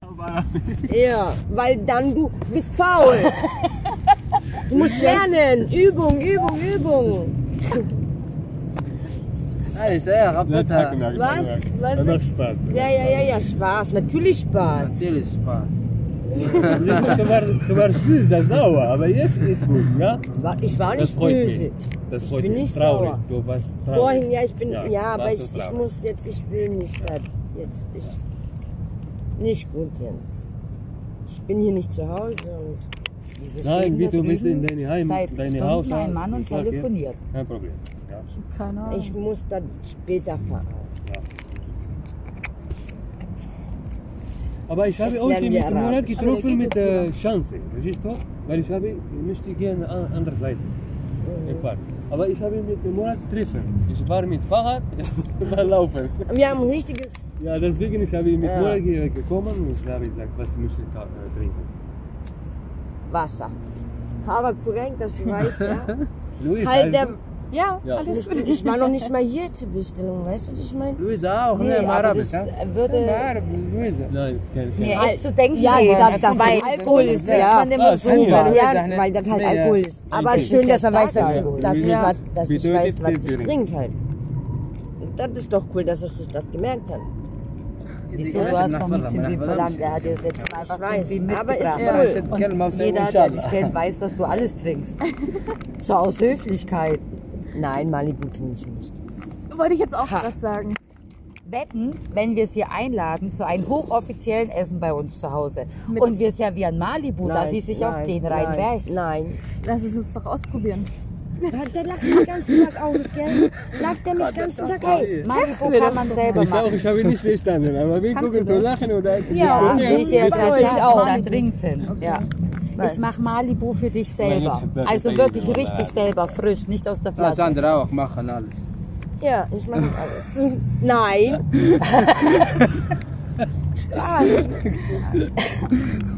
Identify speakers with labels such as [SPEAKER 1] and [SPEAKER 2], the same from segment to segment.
[SPEAKER 1] war.
[SPEAKER 2] Ja, weil dann du bist faul. Du musst lernen. Übung, Übung, Übung.
[SPEAKER 3] Alles sehr Rapata.
[SPEAKER 1] gemerkt.
[SPEAKER 2] Was?
[SPEAKER 1] Das macht
[SPEAKER 2] Was?
[SPEAKER 1] Spaß.
[SPEAKER 2] Ja, ja, ja, ja, Spaß. Natürlich Spaß.
[SPEAKER 3] Natürlich Spaß.
[SPEAKER 1] Du warst, du warst süß, sauer, aber jetzt ist gut, ja?
[SPEAKER 2] Wa- Ich war
[SPEAKER 1] Das
[SPEAKER 2] nicht
[SPEAKER 1] freut
[SPEAKER 2] böse.
[SPEAKER 1] mich. Das freut
[SPEAKER 2] bin
[SPEAKER 1] mich.
[SPEAKER 2] nicht
[SPEAKER 1] traurig.
[SPEAKER 2] sauer.
[SPEAKER 1] Du warst traurig.
[SPEAKER 2] Vorhin, ja, ich bin, ja, aber
[SPEAKER 1] warst
[SPEAKER 2] ich,
[SPEAKER 1] du
[SPEAKER 2] ich
[SPEAKER 1] traurig.
[SPEAKER 2] muss jetzt, ich will nicht, äh, jetzt, ich, nicht gut jetzt. Ich bin hier nicht zu Hause und, wieso
[SPEAKER 1] Nein,
[SPEAKER 2] stehen
[SPEAKER 1] wie
[SPEAKER 2] wir
[SPEAKER 1] du bist in
[SPEAKER 2] drüben?
[SPEAKER 1] deine Heim,
[SPEAKER 2] seit
[SPEAKER 1] deine
[SPEAKER 2] Stunden
[SPEAKER 1] Haus.
[SPEAKER 4] Mein Mann und
[SPEAKER 1] Ich sag dir,
[SPEAKER 4] telefoniert.
[SPEAKER 1] Kein Problem. Ja.
[SPEAKER 4] Ich hab keine Ahnung.
[SPEAKER 2] Ich muss dann später fahren.
[SPEAKER 1] Aber ich habe
[SPEAKER 2] Jetzt
[SPEAKER 1] uns
[SPEAKER 2] lernen
[SPEAKER 1] im
[SPEAKER 2] wir
[SPEAKER 1] nächsten Monat
[SPEAKER 2] Arabisch.
[SPEAKER 1] getroffen mit äh, Chance, verstehst du? Weil ich habe, ich möchte gerne an andere Seite im Park. Aber ich habe mit dem Monat treffen. Ich war mit Fahrrad, war laufen.
[SPEAKER 2] Wir haben ein richtiges,
[SPEAKER 1] Ja, deswegen ich habe mit
[SPEAKER 2] Ja.
[SPEAKER 1] Monat hier gekommen und ich habe gesagt, was möchte ich ka- äh, trinken.
[SPEAKER 2] Wasser. Aber korrekt, dass du weißt, ja.
[SPEAKER 1] Luis,
[SPEAKER 2] Halt der,
[SPEAKER 4] Ja,
[SPEAKER 1] Ja.
[SPEAKER 4] alles
[SPEAKER 2] ich,
[SPEAKER 4] gut.
[SPEAKER 2] ich war noch nicht mal hier zur Bestellung, weißt du, was ich meine?
[SPEAKER 3] Luisa auch, ne?
[SPEAKER 2] Nee,
[SPEAKER 3] Im
[SPEAKER 2] aber
[SPEAKER 3] Arabisch.
[SPEAKER 2] das äh,
[SPEAKER 3] ja?
[SPEAKER 2] würde,
[SPEAKER 3] Luisa.
[SPEAKER 1] Nein, kein, kein.
[SPEAKER 4] Mir echt zu denken,
[SPEAKER 2] Ja,
[SPEAKER 4] gegeben.
[SPEAKER 2] da- das halt
[SPEAKER 4] Weil
[SPEAKER 2] Alkohol ist,
[SPEAKER 4] sagt
[SPEAKER 2] ja.
[SPEAKER 4] man immer
[SPEAKER 1] Ah,
[SPEAKER 4] so.
[SPEAKER 1] schön, ja.
[SPEAKER 4] weil-
[SPEAKER 2] Ja, weil das halt
[SPEAKER 3] Nee, ja.
[SPEAKER 2] Alkohol ist. Aber
[SPEAKER 1] Richtig.
[SPEAKER 2] schön, dass er weiß, dass
[SPEAKER 4] Ja.
[SPEAKER 2] ich, dass ich,
[SPEAKER 1] Ja.
[SPEAKER 2] was, dass ich
[SPEAKER 1] Bitte
[SPEAKER 2] weiß,
[SPEAKER 1] nicht
[SPEAKER 2] was ich
[SPEAKER 1] trinken.
[SPEAKER 2] trinke halt. Und Das ist doch cool, dass ich sich das gemerkt habe.
[SPEAKER 4] Wieso, du hast noch nicht Chimbim verlangt. Er hat dir das letzte Mal einfach
[SPEAKER 2] weiß,
[SPEAKER 4] Chimbim
[SPEAKER 2] aber ist
[SPEAKER 4] mitgebracht.
[SPEAKER 2] Ja, ich
[SPEAKER 3] hätte gerne mal
[SPEAKER 4] Und
[SPEAKER 3] so
[SPEAKER 4] jeder, der
[SPEAKER 3] Inshallah.
[SPEAKER 4] dich kennt, weiß, dass du alles trinkst. So aus Höflichkeit.
[SPEAKER 2] Nein, Malibu trinke ich nicht.
[SPEAKER 5] Wollte ich jetzt auch gerade sagen.
[SPEAKER 4] Wetten, wenn wir es hier einladen zu einem hochoffiziellen Essen bei uns zu Hause und wir servieren Malibu,
[SPEAKER 2] Nein,
[SPEAKER 4] dass sie sich auf
[SPEAKER 2] nein,
[SPEAKER 4] den
[SPEAKER 2] nein,
[SPEAKER 4] reinweicht.
[SPEAKER 2] Nein.
[SPEAKER 5] Lass es uns doch ausprobieren.
[SPEAKER 2] Der lacht mich den ganzen Tag aus, gell? Lacht der mich den ganzen Tag aus.
[SPEAKER 4] Malibu kann man selber
[SPEAKER 1] Ich auch,
[SPEAKER 4] machen.
[SPEAKER 1] ich habe nicht verstanden, aber wir
[SPEAKER 4] Kannst
[SPEAKER 1] gucken
[SPEAKER 4] du
[SPEAKER 1] zu
[SPEAKER 4] das?
[SPEAKER 1] lachen oder
[SPEAKER 4] Ja,
[SPEAKER 2] Ja,
[SPEAKER 4] ich jetzt
[SPEAKER 2] bei euch
[SPEAKER 4] auch.
[SPEAKER 2] auch.
[SPEAKER 4] Dann trinkt ja. Ich mache Malibu für dich selber.
[SPEAKER 1] Nein, das-
[SPEAKER 4] Also
[SPEAKER 1] das-
[SPEAKER 4] wirklich
[SPEAKER 1] das-
[SPEAKER 4] richtig selber, frisch, nicht aus der
[SPEAKER 3] Lass
[SPEAKER 4] Flasche.
[SPEAKER 3] andere auch machen alles.
[SPEAKER 2] Ja, ich mache alles. Nein. Spaß.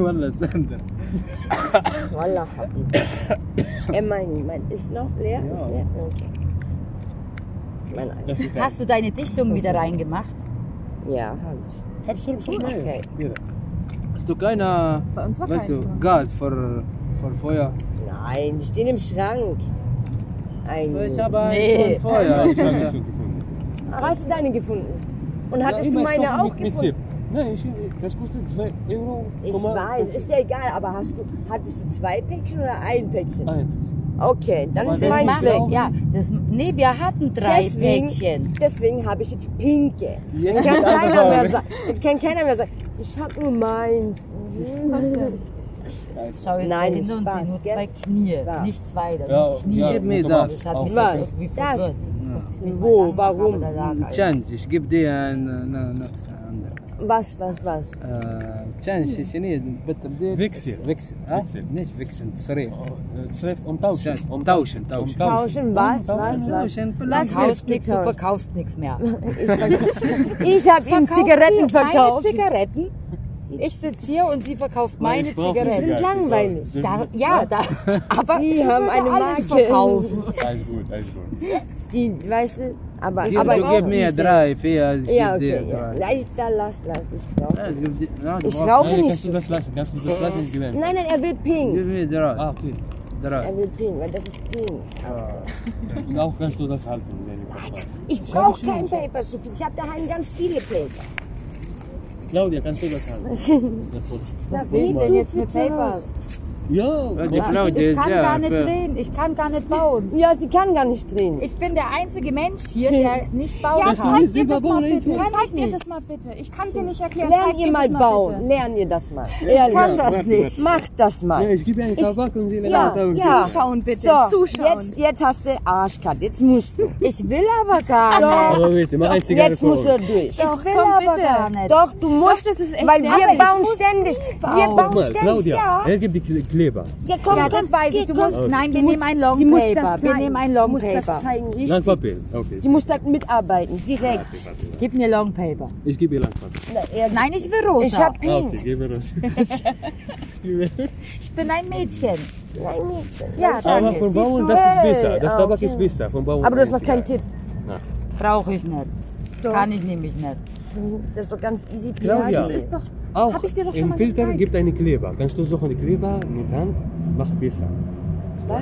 [SPEAKER 3] Wallah, Sandra.
[SPEAKER 2] Wallah. Äh, mein, mein, ist noch leer? Ist leer? Okay. Ist mein Eis.
[SPEAKER 1] Das ist
[SPEAKER 4] Hast du deine Dichtung wieder reingemacht?
[SPEAKER 2] Ja, habe ich.
[SPEAKER 1] Ich hab's so schnell.
[SPEAKER 4] Okay.
[SPEAKER 1] Jeder.
[SPEAKER 3] Hast du keine,
[SPEAKER 5] Bei uns war
[SPEAKER 3] weißt
[SPEAKER 5] kein
[SPEAKER 3] du,
[SPEAKER 5] Plan.
[SPEAKER 3] Gas für, für Feuer?
[SPEAKER 2] Nein, die stehen im Schrank. Ein.
[SPEAKER 3] Ich habe ein
[SPEAKER 2] Nee.
[SPEAKER 3] Feuer.
[SPEAKER 1] Ich habe schon gefunden.
[SPEAKER 2] Hast du deine gefunden? Und hattest
[SPEAKER 1] Ja,
[SPEAKER 2] du
[SPEAKER 1] ich
[SPEAKER 2] meine
[SPEAKER 1] kaufe
[SPEAKER 2] auch
[SPEAKER 1] mit, mit
[SPEAKER 2] gefunden?
[SPEAKER 1] Zip. Nein, ich, das kostet 2 Euro.
[SPEAKER 2] Ich weiß, ist ja egal, aber hast du, hattest du zwei Päckchen oder ein Päckchen?
[SPEAKER 1] Nein,
[SPEAKER 2] Okay, dann
[SPEAKER 3] Aber
[SPEAKER 2] ist
[SPEAKER 3] das
[SPEAKER 2] mein
[SPEAKER 4] macht-
[SPEAKER 2] weg.
[SPEAKER 4] ja, das, nee, wir hatten drei Päckchen.
[SPEAKER 2] deswegen habe ich jetzt pinke.
[SPEAKER 1] Jetzt
[SPEAKER 2] Jetzt kann,
[SPEAKER 1] ist alles
[SPEAKER 2] keiner mehr
[SPEAKER 1] sauber.
[SPEAKER 2] sagen, jetzt kann keiner mehr sagen, ich habe nur meins. Mhm.
[SPEAKER 4] Schau
[SPEAKER 2] Nein,
[SPEAKER 4] jetzt Nein, hinter uns
[SPEAKER 2] Spaß,
[SPEAKER 4] sind nur
[SPEAKER 2] gell?
[SPEAKER 4] zwei Knie,
[SPEAKER 2] Spaß.
[SPEAKER 4] nicht zwei. Da
[SPEAKER 1] Ja,
[SPEAKER 4] sind Knie.
[SPEAKER 1] ja,
[SPEAKER 3] Gib mir
[SPEAKER 1] wunderbar.
[SPEAKER 4] Das hat mich
[SPEAKER 2] Was?
[SPEAKER 4] jetzt irgendwie
[SPEAKER 2] Das?
[SPEAKER 4] verwirrt.
[SPEAKER 2] Wo? Warum?
[SPEAKER 3] Change, ich gebe dir ein, eine, eine andere.
[SPEAKER 2] Was, was, was?
[SPEAKER 3] Äh, Change, ich nicht, bitte dir.
[SPEAKER 1] Wechsel.
[SPEAKER 3] Wechsel, ah?
[SPEAKER 1] Wechsel.
[SPEAKER 3] Nicht wechseln, zurück.
[SPEAKER 1] äh, Schrift umtauschen.
[SPEAKER 3] Scheiß, umtauschen, tauschen.
[SPEAKER 2] Tauschen, was, was, was?
[SPEAKER 3] Tauschen,
[SPEAKER 4] Du
[SPEAKER 3] Plan.
[SPEAKER 4] verkaufst nichts, du
[SPEAKER 2] Tausch.
[SPEAKER 4] verkaufst nichts mehr.
[SPEAKER 2] Ich, verk- ich habe ihm Zigaretten verkauft.
[SPEAKER 4] Meine Zigaretten? Ich sitze hier und sie verkauft
[SPEAKER 1] Nein,
[SPEAKER 4] meine
[SPEAKER 1] ich brauche
[SPEAKER 2] Die
[SPEAKER 4] Zigaretten.
[SPEAKER 2] sind langweilig.
[SPEAKER 4] Da, ja, da, aber
[SPEAKER 2] Die
[SPEAKER 4] sie
[SPEAKER 2] haben
[SPEAKER 4] würde
[SPEAKER 2] eine
[SPEAKER 4] alles
[SPEAKER 2] Marke.
[SPEAKER 4] verkaufen.
[SPEAKER 1] Alles gut, alles gut.
[SPEAKER 2] Die, weißt du, aber...
[SPEAKER 3] Hier,
[SPEAKER 2] aber
[SPEAKER 3] du gib mir drei, vier, ich
[SPEAKER 2] Ja,
[SPEAKER 3] geb
[SPEAKER 2] okay.
[SPEAKER 3] dir
[SPEAKER 2] Ja.
[SPEAKER 3] drei.
[SPEAKER 2] Ja, ich, da lass, lass, ich brauche...
[SPEAKER 3] Ja, ich geb dir- na, du
[SPEAKER 2] Ich
[SPEAKER 3] brauchst-
[SPEAKER 2] rauche
[SPEAKER 1] Nein,
[SPEAKER 2] nicht
[SPEAKER 1] kannst du
[SPEAKER 2] so.
[SPEAKER 1] das lassen, kannst du das lassen, ich gewinne.
[SPEAKER 2] Nein, nein, er will pink.
[SPEAKER 3] Gib mir drei.
[SPEAKER 1] Ah, okay.
[SPEAKER 3] drei.
[SPEAKER 2] Er will pink, weil das ist pink.
[SPEAKER 1] Und auch kannst du das halten. wenn du kannst.
[SPEAKER 2] Ich brauche kein Paper so viel. Ich habe daheim ganz viele Paper.
[SPEAKER 1] Claudia, kannst du das halten? Das Foto.
[SPEAKER 2] Was
[SPEAKER 4] will ich denn jetzt mit Papers?
[SPEAKER 1] Ja,
[SPEAKER 3] Die Frau, die
[SPEAKER 4] Ich
[SPEAKER 3] ist
[SPEAKER 4] kann
[SPEAKER 3] sehr
[SPEAKER 4] gar nicht
[SPEAKER 3] fair.
[SPEAKER 4] drehen, ich kann gar nicht bauen.
[SPEAKER 2] Ja, sie kann gar nicht drehen.
[SPEAKER 4] Ich bin der einzige Mensch hier, der nicht bauen
[SPEAKER 5] Ja,
[SPEAKER 1] Das
[SPEAKER 4] kann.
[SPEAKER 5] zeigt
[SPEAKER 1] ist
[SPEAKER 5] ihr
[SPEAKER 1] über
[SPEAKER 5] das mal
[SPEAKER 1] Bowling.
[SPEAKER 5] bitte.
[SPEAKER 4] Kann ich
[SPEAKER 5] Zeigt ihr
[SPEAKER 4] nicht.
[SPEAKER 5] das mal bitte. Ich kann es dir nicht erklären.
[SPEAKER 2] Lernen
[SPEAKER 5] Zeigt
[SPEAKER 2] ihr
[SPEAKER 5] ihr
[SPEAKER 2] mal
[SPEAKER 5] das
[SPEAKER 2] bauen.
[SPEAKER 5] bitte.
[SPEAKER 2] Lernen ihr das mal. Ich kann das nicht. Mach das
[SPEAKER 1] Ja,
[SPEAKER 2] mal.
[SPEAKER 1] ich gebe einen Tabak und sie
[SPEAKER 2] Ja,
[SPEAKER 1] lernen
[SPEAKER 2] ja.
[SPEAKER 5] Zuschauen bitte.
[SPEAKER 2] So,
[SPEAKER 5] Zuschauen.
[SPEAKER 2] Jetzt, jetzt hast du Arschkarte. Jetzt musst du.
[SPEAKER 4] Ich will aber gar nicht.
[SPEAKER 1] Aber bitte, mach eine Zigarre
[SPEAKER 2] Jetzt musst du durch.
[SPEAKER 4] Ich will
[SPEAKER 5] komm,
[SPEAKER 4] aber
[SPEAKER 5] bitte.
[SPEAKER 4] gar nicht.
[SPEAKER 2] Doch, du musst.
[SPEAKER 5] das ist echt
[SPEAKER 2] weil
[SPEAKER 5] nervig.
[SPEAKER 2] wir
[SPEAKER 5] Ich
[SPEAKER 2] bauen
[SPEAKER 5] muss
[SPEAKER 2] ständig. Wir bauen
[SPEAKER 1] Mal,
[SPEAKER 2] ständig.
[SPEAKER 1] Claudia,
[SPEAKER 2] Ja.
[SPEAKER 1] er gibt die Kle- Kleber.
[SPEAKER 2] Ja, komm,
[SPEAKER 4] Ja,
[SPEAKER 2] komm,
[SPEAKER 4] das weiß ich.
[SPEAKER 2] geh,
[SPEAKER 4] Du musst,
[SPEAKER 2] komm.
[SPEAKER 4] nein, wir
[SPEAKER 2] Die
[SPEAKER 4] nehmen ein Long
[SPEAKER 2] die muss das
[SPEAKER 4] Paper. Wir
[SPEAKER 2] zeigen.
[SPEAKER 4] nehmen ein
[SPEAKER 2] Die
[SPEAKER 4] Long
[SPEAKER 2] muss Das
[SPEAKER 4] Paper.
[SPEAKER 2] zeigen,
[SPEAKER 1] Lang
[SPEAKER 2] richtig.
[SPEAKER 1] Papier, okay.
[SPEAKER 2] Die muss das mitarbeiten, direkt.
[SPEAKER 4] Gib mir Long Paper.
[SPEAKER 1] Ich gebe ihr lang Papier.
[SPEAKER 2] Na, er-
[SPEAKER 4] Nein, ich will rosa.
[SPEAKER 2] Ich hab
[SPEAKER 1] Ah,
[SPEAKER 2] pink.
[SPEAKER 1] Okay, gebe das.
[SPEAKER 4] Ich bin
[SPEAKER 2] Nein,
[SPEAKER 4] ein Mädchen.
[SPEAKER 2] Mädchen.
[SPEAKER 4] Ja,
[SPEAKER 1] Aber
[SPEAKER 4] danke.
[SPEAKER 1] von Bauern,
[SPEAKER 2] du?
[SPEAKER 1] das ist
[SPEAKER 2] Hey,
[SPEAKER 1] besser. Das
[SPEAKER 2] ah,
[SPEAKER 1] Tabak
[SPEAKER 2] okay.
[SPEAKER 1] ist besser. Von Bauern
[SPEAKER 2] Aber du hast noch
[SPEAKER 1] eigentlich.
[SPEAKER 2] keinen Tipp.
[SPEAKER 4] Brauche ich nicht.
[SPEAKER 2] Doch.
[SPEAKER 4] Kann ich nämlich nicht.
[SPEAKER 2] Das ist doch ganz easy peasy.
[SPEAKER 1] Claudia.
[SPEAKER 5] Das ist doch.
[SPEAKER 1] Auch
[SPEAKER 5] Hab ich dir doch schon
[SPEAKER 1] im
[SPEAKER 5] mal
[SPEAKER 1] Filter
[SPEAKER 5] gezeigt.
[SPEAKER 1] gibt eine Kleber. Kannst du suchen, die Kleber mit Hand, macht besser.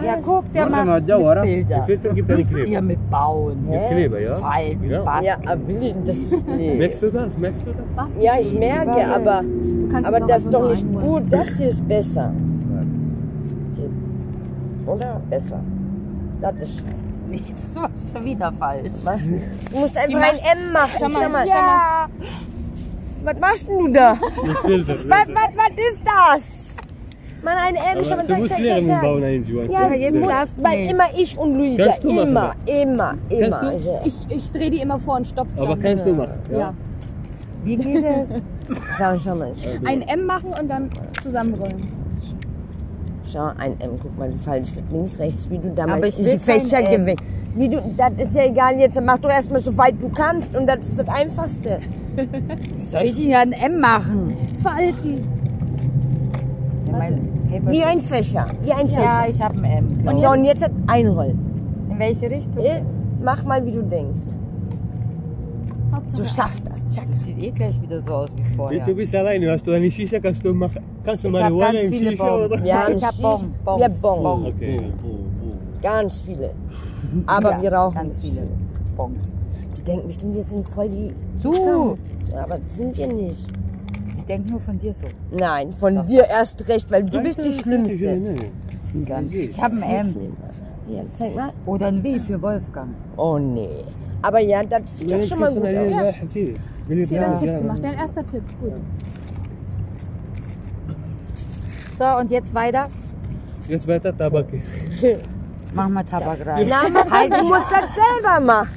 [SPEAKER 4] Ja, guck, der
[SPEAKER 3] Warte
[SPEAKER 4] macht
[SPEAKER 3] mal,
[SPEAKER 4] mit
[SPEAKER 3] Dauer.
[SPEAKER 1] Im
[SPEAKER 4] Filter.
[SPEAKER 1] Filter gibt eine
[SPEAKER 4] Nichts hier
[SPEAKER 1] Kleber.
[SPEAKER 4] mit Bauen. ne?
[SPEAKER 1] Mit Kleber, ja? Ja.
[SPEAKER 4] Falten,
[SPEAKER 2] Ja,
[SPEAKER 4] basteln.
[SPEAKER 2] aber will ich das? Nee.
[SPEAKER 1] Merkst du das? Merkst du das?
[SPEAKER 5] Was?
[SPEAKER 2] Ja, ich merke, aber,
[SPEAKER 5] äh, Du kannst
[SPEAKER 2] aber
[SPEAKER 5] es auch
[SPEAKER 2] das ist
[SPEAKER 5] einfach
[SPEAKER 2] doch
[SPEAKER 5] nur
[SPEAKER 2] nicht gut.
[SPEAKER 5] einholen.
[SPEAKER 2] Das hier ist besser. Tipp. Oder? Besser. Das ist.
[SPEAKER 4] Nee, das war schon wieder falsch.
[SPEAKER 2] Was? Du musst einfach
[SPEAKER 5] macht-
[SPEAKER 2] ein M machen. Schau mal,
[SPEAKER 5] Ja.
[SPEAKER 2] Was machst denn du da?
[SPEAKER 1] Mit Filter.
[SPEAKER 2] Was, was, was ist das? Mann, ein M. Schau
[SPEAKER 1] Aber
[SPEAKER 2] mal,
[SPEAKER 1] du
[SPEAKER 2] zack,
[SPEAKER 1] musst
[SPEAKER 2] zack,
[SPEAKER 1] Lehrer
[SPEAKER 2] zack, zack.
[SPEAKER 1] bauen, ein Also, Johann.
[SPEAKER 2] Ja,
[SPEAKER 4] jeden Tag. Das
[SPEAKER 2] Weil
[SPEAKER 4] nicht.
[SPEAKER 2] immer ich und Luisa.
[SPEAKER 1] Kannst du machen,
[SPEAKER 2] immer, immer, immer,
[SPEAKER 1] Kannst du?
[SPEAKER 2] Ja.
[SPEAKER 5] Ich, ich drehe die immer vor und stopfe
[SPEAKER 1] Aber
[SPEAKER 5] dann.
[SPEAKER 1] kannst du machen.
[SPEAKER 5] ja.
[SPEAKER 4] Wie geht es?
[SPEAKER 2] Schau, schau mal.
[SPEAKER 5] äh, Ein M machen und dann zusammenrollen.
[SPEAKER 2] Schau, ein M. Guck mal, du fallst links, rechts, wie du damals
[SPEAKER 4] Aber ich
[SPEAKER 2] diese
[SPEAKER 4] will kein
[SPEAKER 2] Fächer
[SPEAKER 4] M.
[SPEAKER 2] gewinnt. Wie du, das ist ja egal jetzt. Mach doch erstmal so weit du kannst und das ist das Einfachste.
[SPEAKER 4] Soll ich Ihnen ja ein M machen?
[SPEAKER 5] Falten.
[SPEAKER 4] Ja, mein Paper-
[SPEAKER 2] Wie ein Fächer. Wie ein
[SPEAKER 4] ja
[SPEAKER 2] Fächer.
[SPEAKER 4] ich habe ein M.
[SPEAKER 2] Und, so, und jetzt das einrollen.
[SPEAKER 4] In welche Richtung?
[SPEAKER 2] Eh, Mach mal, wie du denkst.
[SPEAKER 5] Hauptsache.
[SPEAKER 2] Du schaffst das.
[SPEAKER 4] Chuck, das sieht eh gleich wieder so aus wie vorher.
[SPEAKER 1] Du bist alleine, hast du eine Shisha, kannst du machen. Kannst du
[SPEAKER 4] Ich habe
[SPEAKER 1] Marihuana
[SPEAKER 4] ganz
[SPEAKER 1] im
[SPEAKER 4] viele
[SPEAKER 1] Shisha oder?
[SPEAKER 4] Bons. Ja, ich habe
[SPEAKER 2] Shisha-
[SPEAKER 4] Bon. Bon.
[SPEAKER 2] Ja, Bon.
[SPEAKER 1] Okay.
[SPEAKER 2] Ganz viele. Aber
[SPEAKER 4] Ja,
[SPEAKER 2] wir rauchen.
[SPEAKER 4] Ganz viele Bons.
[SPEAKER 2] Die denken bestimmt, wir sind voll die.
[SPEAKER 4] So.
[SPEAKER 2] Aber das sind wir nicht.
[SPEAKER 4] Die denken nur von dir so.
[SPEAKER 2] Nein, von dir erst recht, weil du bist die Schlimmste.
[SPEAKER 4] Ich habe ein M.
[SPEAKER 2] Ja, zeig mal.
[SPEAKER 4] Oder ein W für Wolfgang.
[SPEAKER 2] Oh nee. Aber ja, das sieht doch schon mal gut aus.
[SPEAKER 1] Ja, حبيبي.
[SPEAKER 5] Hast dir deinen Tipp gemacht. Dein erster Tipp. Gut.
[SPEAKER 4] So, und jetzt weiter.
[SPEAKER 1] Jetzt weiter Tabake.
[SPEAKER 4] Mach mal Tabak rein.
[SPEAKER 2] Na, Mann,
[SPEAKER 4] Halt
[SPEAKER 2] du
[SPEAKER 4] dich-
[SPEAKER 2] musst das selber machen.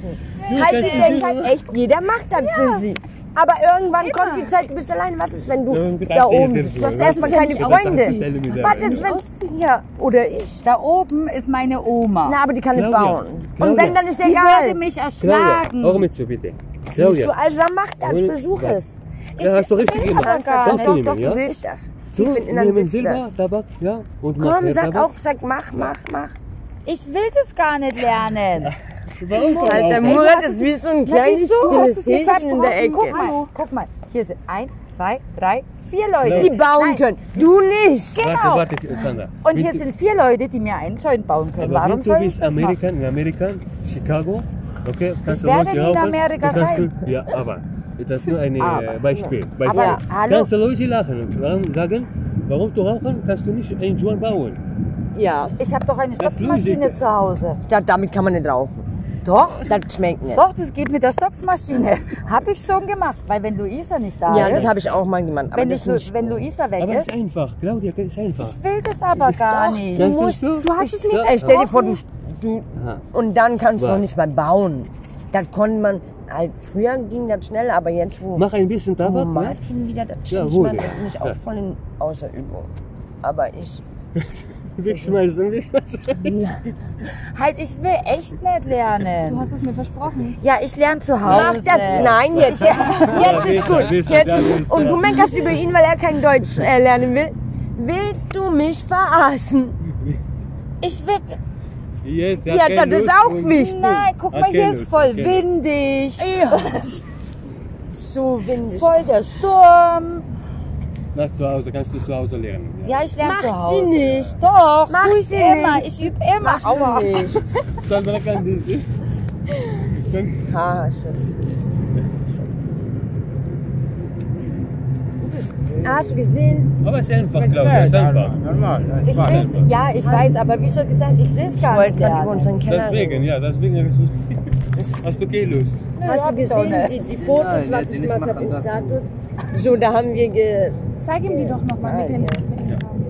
[SPEAKER 2] Halt
[SPEAKER 1] das
[SPEAKER 2] die
[SPEAKER 1] ist
[SPEAKER 2] denkt
[SPEAKER 1] so.
[SPEAKER 2] halt echt, jeder macht das für sie. Aber irgendwann kommt die Zeit, du bist allein. Was ist, wenn du
[SPEAKER 1] Ja, mit
[SPEAKER 2] da
[SPEAKER 1] Abstand
[SPEAKER 2] oben
[SPEAKER 1] jetzt
[SPEAKER 2] sitzt? Du hast
[SPEAKER 1] mal.
[SPEAKER 2] erstmal keine
[SPEAKER 1] Aber das ist
[SPEAKER 2] Freunde.
[SPEAKER 1] eine Misere.
[SPEAKER 2] Was ist, wenn. Ja, oder ich?
[SPEAKER 4] Da oben ist meine Oma.
[SPEAKER 2] Na, aber die kann nicht
[SPEAKER 1] Claudia,
[SPEAKER 2] bauen. Und
[SPEAKER 1] Claudia.
[SPEAKER 2] wenn, dann ist der
[SPEAKER 4] die würde
[SPEAKER 2] egal.
[SPEAKER 4] mich
[SPEAKER 1] Claudia, auch
[SPEAKER 4] erschlagen.
[SPEAKER 1] mit so bitte.
[SPEAKER 2] Siehst du,
[SPEAKER 1] Claudia,
[SPEAKER 2] also dann mach das,
[SPEAKER 1] Hol-
[SPEAKER 2] versuch
[SPEAKER 1] Ja.
[SPEAKER 2] es.
[SPEAKER 1] ja, hast du richtig
[SPEAKER 2] Aber
[SPEAKER 1] gemacht.
[SPEAKER 2] gar nicht.
[SPEAKER 1] Darfst du
[SPEAKER 2] Doch, doch,
[SPEAKER 1] nehmen, ja?
[SPEAKER 2] du willst das.
[SPEAKER 1] So,
[SPEAKER 2] Tief in den Innern
[SPEAKER 1] nehmen
[SPEAKER 2] willst du
[SPEAKER 1] Silber,
[SPEAKER 2] das.
[SPEAKER 1] Tabak, ja? Und mach
[SPEAKER 2] Komm,
[SPEAKER 1] mehr
[SPEAKER 2] sag
[SPEAKER 1] Tabak.
[SPEAKER 2] auch, sag, mach, mach, mach.
[SPEAKER 4] Ich will das gar nicht lernen.
[SPEAKER 1] Warum komm
[SPEAKER 2] Alter,
[SPEAKER 1] auch?
[SPEAKER 2] Murat ist wie so ein kleines stilles Häschen in der
[SPEAKER 4] Guck
[SPEAKER 2] Ecke.
[SPEAKER 4] mal, guck mal. Hier sind eins, zwei, drei, vier Leute.
[SPEAKER 2] Die bauen können. Du nicht.
[SPEAKER 4] genau.
[SPEAKER 1] Warte, warte, Sandra.
[SPEAKER 4] Und hier
[SPEAKER 1] Bitte-
[SPEAKER 4] sind vier Leute, die mir einen Joint bauen
[SPEAKER 1] Aber
[SPEAKER 4] können. Warum
[SPEAKER 1] wenn du
[SPEAKER 4] soll ich
[SPEAKER 1] bist
[SPEAKER 4] das machen?
[SPEAKER 1] Amerikan, in Amerika, Chicago, okay, kannst
[SPEAKER 4] werde
[SPEAKER 1] Leute
[SPEAKER 4] nie in
[SPEAKER 1] laufen,
[SPEAKER 4] Amerika
[SPEAKER 1] du kannst
[SPEAKER 4] sein.
[SPEAKER 1] Du, ja, aber das ist nur ein äh,
[SPEAKER 4] Aber.
[SPEAKER 1] Beispiel. Beispiel.
[SPEAKER 4] Aber, hallo?
[SPEAKER 1] Kannst du Leute lachen und warum sagen, warum du rauchen, kannst du nicht einen Joint bauen.
[SPEAKER 2] Ja,
[SPEAKER 4] Ich habe doch eine
[SPEAKER 1] Das
[SPEAKER 4] Stopfmaschine
[SPEAKER 1] Ludic.
[SPEAKER 4] zu Hause.
[SPEAKER 2] da, damit kann man nicht rauchen.
[SPEAKER 4] Doch.
[SPEAKER 2] Das schmeckt nicht.
[SPEAKER 4] Doch, das geht mit der Stopfmaschine. Habe ich schon gemacht, weil wenn Luisa nicht da
[SPEAKER 2] Ja,
[SPEAKER 4] ist,
[SPEAKER 2] das habe ich auch mal gemacht. Aber
[SPEAKER 4] wenn,
[SPEAKER 2] das
[SPEAKER 4] ich,
[SPEAKER 2] ist
[SPEAKER 4] wenn
[SPEAKER 2] nicht.
[SPEAKER 4] Luisa weg
[SPEAKER 1] Aber es
[SPEAKER 4] ist,
[SPEAKER 1] ist einfach, Claudia, es ist einfach.
[SPEAKER 4] ich will das aber gar nicht.
[SPEAKER 1] Kannst
[SPEAKER 2] musst-
[SPEAKER 1] du,
[SPEAKER 5] hast es nicht
[SPEAKER 2] Ey, stell dir vor, du, du
[SPEAKER 1] Aha.
[SPEAKER 2] und dann kannst du
[SPEAKER 1] Was?
[SPEAKER 2] noch nicht mal bauen. Das konnte man, halt, früher ging das schnell, aber jetzt, wo
[SPEAKER 1] Mach ein bisschen
[SPEAKER 2] wo
[SPEAKER 1] Tabak, ne?
[SPEAKER 2] Martin wieder, das
[SPEAKER 1] Ja,
[SPEAKER 2] ja,
[SPEAKER 1] gut,
[SPEAKER 2] man
[SPEAKER 1] ja.
[SPEAKER 2] mich auch
[SPEAKER 1] Ja.
[SPEAKER 2] voll in Außerübung. Aber ich,
[SPEAKER 1] wegschmeißen, wegschmeißen.
[SPEAKER 4] Halt, ich will echt nicht
[SPEAKER 5] Du
[SPEAKER 4] lernen.
[SPEAKER 5] hast es mir versprochen.
[SPEAKER 4] Ja, ich lerne zu
[SPEAKER 2] Mach
[SPEAKER 4] Hause.
[SPEAKER 2] das, nein, jetzt, jetzt, jetzt ist gut.
[SPEAKER 1] Willst du,
[SPEAKER 2] Jetzt
[SPEAKER 1] ja,
[SPEAKER 2] ist
[SPEAKER 1] willst
[SPEAKER 2] gut.
[SPEAKER 1] du.
[SPEAKER 2] Und du meckerst über ihn, weil er kein Deutsch äh, lernen will. Willst du mich verarschen?
[SPEAKER 4] Ich will.
[SPEAKER 1] Jetzt,
[SPEAKER 2] Ja, das
[SPEAKER 1] keine
[SPEAKER 2] ist
[SPEAKER 1] Lust
[SPEAKER 2] auch
[SPEAKER 1] und-
[SPEAKER 2] wichtig.
[SPEAKER 4] Nein, guck mal,
[SPEAKER 1] Okay,
[SPEAKER 4] hier ist
[SPEAKER 1] Lust,
[SPEAKER 4] voll
[SPEAKER 1] okay.
[SPEAKER 4] windig.
[SPEAKER 2] Ja. So windig.
[SPEAKER 4] Voll der Sturm.
[SPEAKER 1] Mach zu Hause, kannst du zu Hause lernen.
[SPEAKER 4] Ja, ich lerne
[SPEAKER 2] Macht
[SPEAKER 4] zu
[SPEAKER 2] sie
[SPEAKER 4] Hause.
[SPEAKER 2] nicht.
[SPEAKER 4] Doch,
[SPEAKER 2] Macht
[SPEAKER 4] tu ich
[SPEAKER 2] sie
[SPEAKER 4] immer. Ich übe immer.
[SPEAKER 2] Machst du
[SPEAKER 4] Aua.
[SPEAKER 2] nicht.
[SPEAKER 1] Sandra kann das.
[SPEAKER 2] Ah, Schatz. Ah, hast du gesehen?
[SPEAKER 1] Aber es ist einfach, Claudia, es ist einfach.
[SPEAKER 3] Normal.
[SPEAKER 4] Ich will's, ja, ich weiß, aber wie schon gesagt, ich will's gar
[SPEAKER 2] Wollt
[SPEAKER 4] nicht
[SPEAKER 2] gerade über
[SPEAKER 4] lernen.
[SPEAKER 2] unseren Keller
[SPEAKER 1] Deswegen,
[SPEAKER 2] reden.
[SPEAKER 1] ja, deswegen hast du, hast du keine Lust.
[SPEAKER 4] Nö,
[SPEAKER 2] Hast du
[SPEAKER 4] hab ich auch
[SPEAKER 2] gesehen,
[SPEAKER 4] nicht.
[SPEAKER 2] die, die Fotos,
[SPEAKER 3] Nein,
[SPEAKER 2] was
[SPEAKER 3] hätte
[SPEAKER 2] ich
[SPEAKER 3] nicht
[SPEAKER 2] gemacht habe
[SPEAKER 3] machen
[SPEAKER 2] im
[SPEAKER 3] lassen.
[SPEAKER 2] Status? So, da haben wir ge...
[SPEAKER 5] Zeig ihm die doch nochmal mit den. Mit den Haaren.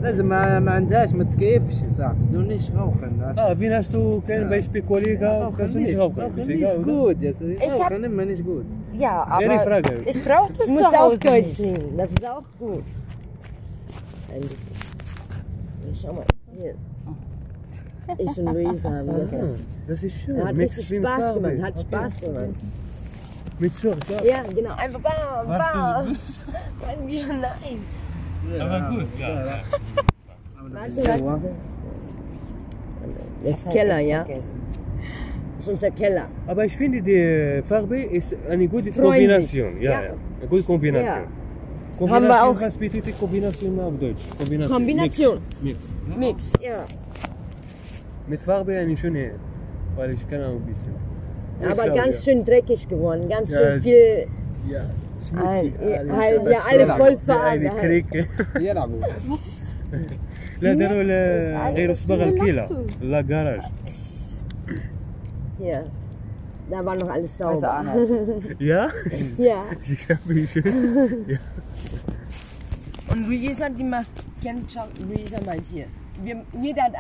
[SPEAKER 3] لازم ما, ما عندهاش ما تكيفش يا صاحبي دونيش غوخ الناس
[SPEAKER 1] Ah, wen hast du kein Beispiel, Kollege, kannst du nicht rauchen. Ist egal,
[SPEAKER 3] مانيش
[SPEAKER 1] oder?
[SPEAKER 3] جود يا صاحبي
[SPEAKER 4] إيش
[SPEAKER 3] غوخ
[SPEAKER 4] هب-
[SPEAKER 3] انا مانيش جود
[SPEAKER 4] Ja,
[SPEAKER 1] Wäre die
[SPEAKER 4] aber
[SPEAKER 1] Frage.
[SPEAKER 4] ich brauche das
[SPEAKER 2] Du musst
[SPEAKER 4] zu
[SPEAKER 2] auch
[SPEAKER 4] Hause
[SPEAKER 2] Deutsch
[SPEAKER 4] nicht.
[SPEAKER 2] nehmen. Das ist auch gut. Ein bisschen. Ich schau mal. Hier. Ich und Luisa haben das gegessen.
[SPEAKER 1] Das ist schön.
[SPEAKER 2] Hat
[SPEAKER 1] Mix
[SPEAKER 2] richtig
[SPEAKER 1] mit
[SPEAKER 2] Spaß
[SPEAKER 1] Farbe.
[SPEAKER 2] gemacht. Hat
[SPEAKER 1] Okay.
[SPEAKER 2] Spaß gemacht.
[SPEAKER 1] Mit Zucht, ja.
[SPEAKER 2] Ja, genau. Einfach bam, bam. Weil wir nein.
[SPEAKER 1] Aber gut, ja.
[SPEAKER 2] Warte, warte. Das Keller, ja? ist unser Keller.
[SPEAKER 1] Aber ich finde, die Farbe ist eine gute
[SPEAKER 2] Freundlich.
[SPEAKER 1] Kombination. Ja,
[SPEAKER 2] Ja.
[SPEAKER 1] ja. Eine gute Kombination.
[SPEAKER 2] Ja.
[SPEAKER 1] Kombination
[SPEAKER 2] Haben wir auch-
[SPEAKER 1] Was bedeutet Kombination auf Deutsch? Kombination.
[SPEAKER 2] Kombination.
[SPEAKER 1] Mix. Mix.
[SPEAKER 2] Mix, ja.
[SPEAKER 1] Mit Farbe eine schöne, weil ich kann auch ein bisschen. Ich
[SPEAKER 2] Aber
[SPEAKER 1] glaube,
[SPEAKER 2] ganz schön dreckig geworden, ganz
[SPEAKER 1] Ja,
[SPEAKER 2] schön viel.
[SPEAKER 1] Ja, ja. Ah,
[SPEAKER 2] Al-
[SPEAKER 1] Schmutzig,
[SPEAKER 2] ja,
[SPEAKER 1] alles.
[SPEAKER 2] al- ja,
[SPEAKER 1] Das
[SPEAKER 2] alles
[SPEAKER 1] war-
[SPEAKER 2] voll
[SPEAKER 1] Ja,
[SPEAKER 2] Farbe.
[SPEAKER 1] Eine
[SPEAKER 2] halt.
[SPEAKER 1] Krieg.
[SPEAKER 3] يلعبوا
[SPEAKER 5] Was ist das?
[SPEAKER 1] لا داروا
[SPEAKER 2] Mix.
[SPEAKER 1] لا- غير صبغ
[SPEAKER 5] Wieso
[SPEAKER 1] الكيلة
[SPEAKER 5] lachst du?
[SPEAKER 1] لا جراج
[SPEAKER 2] Ja. Da war noch alles sauber.
[SPEAKER 4] Also anders.
[SPEAKER 1] يا
[SPEAKER 2] Ja.
[SPEAKER 1] جيكابي شو
[SPEAKER 2] Und Luisa, die macht, kennt schon, Luisa meint hier. Wir, jeder hat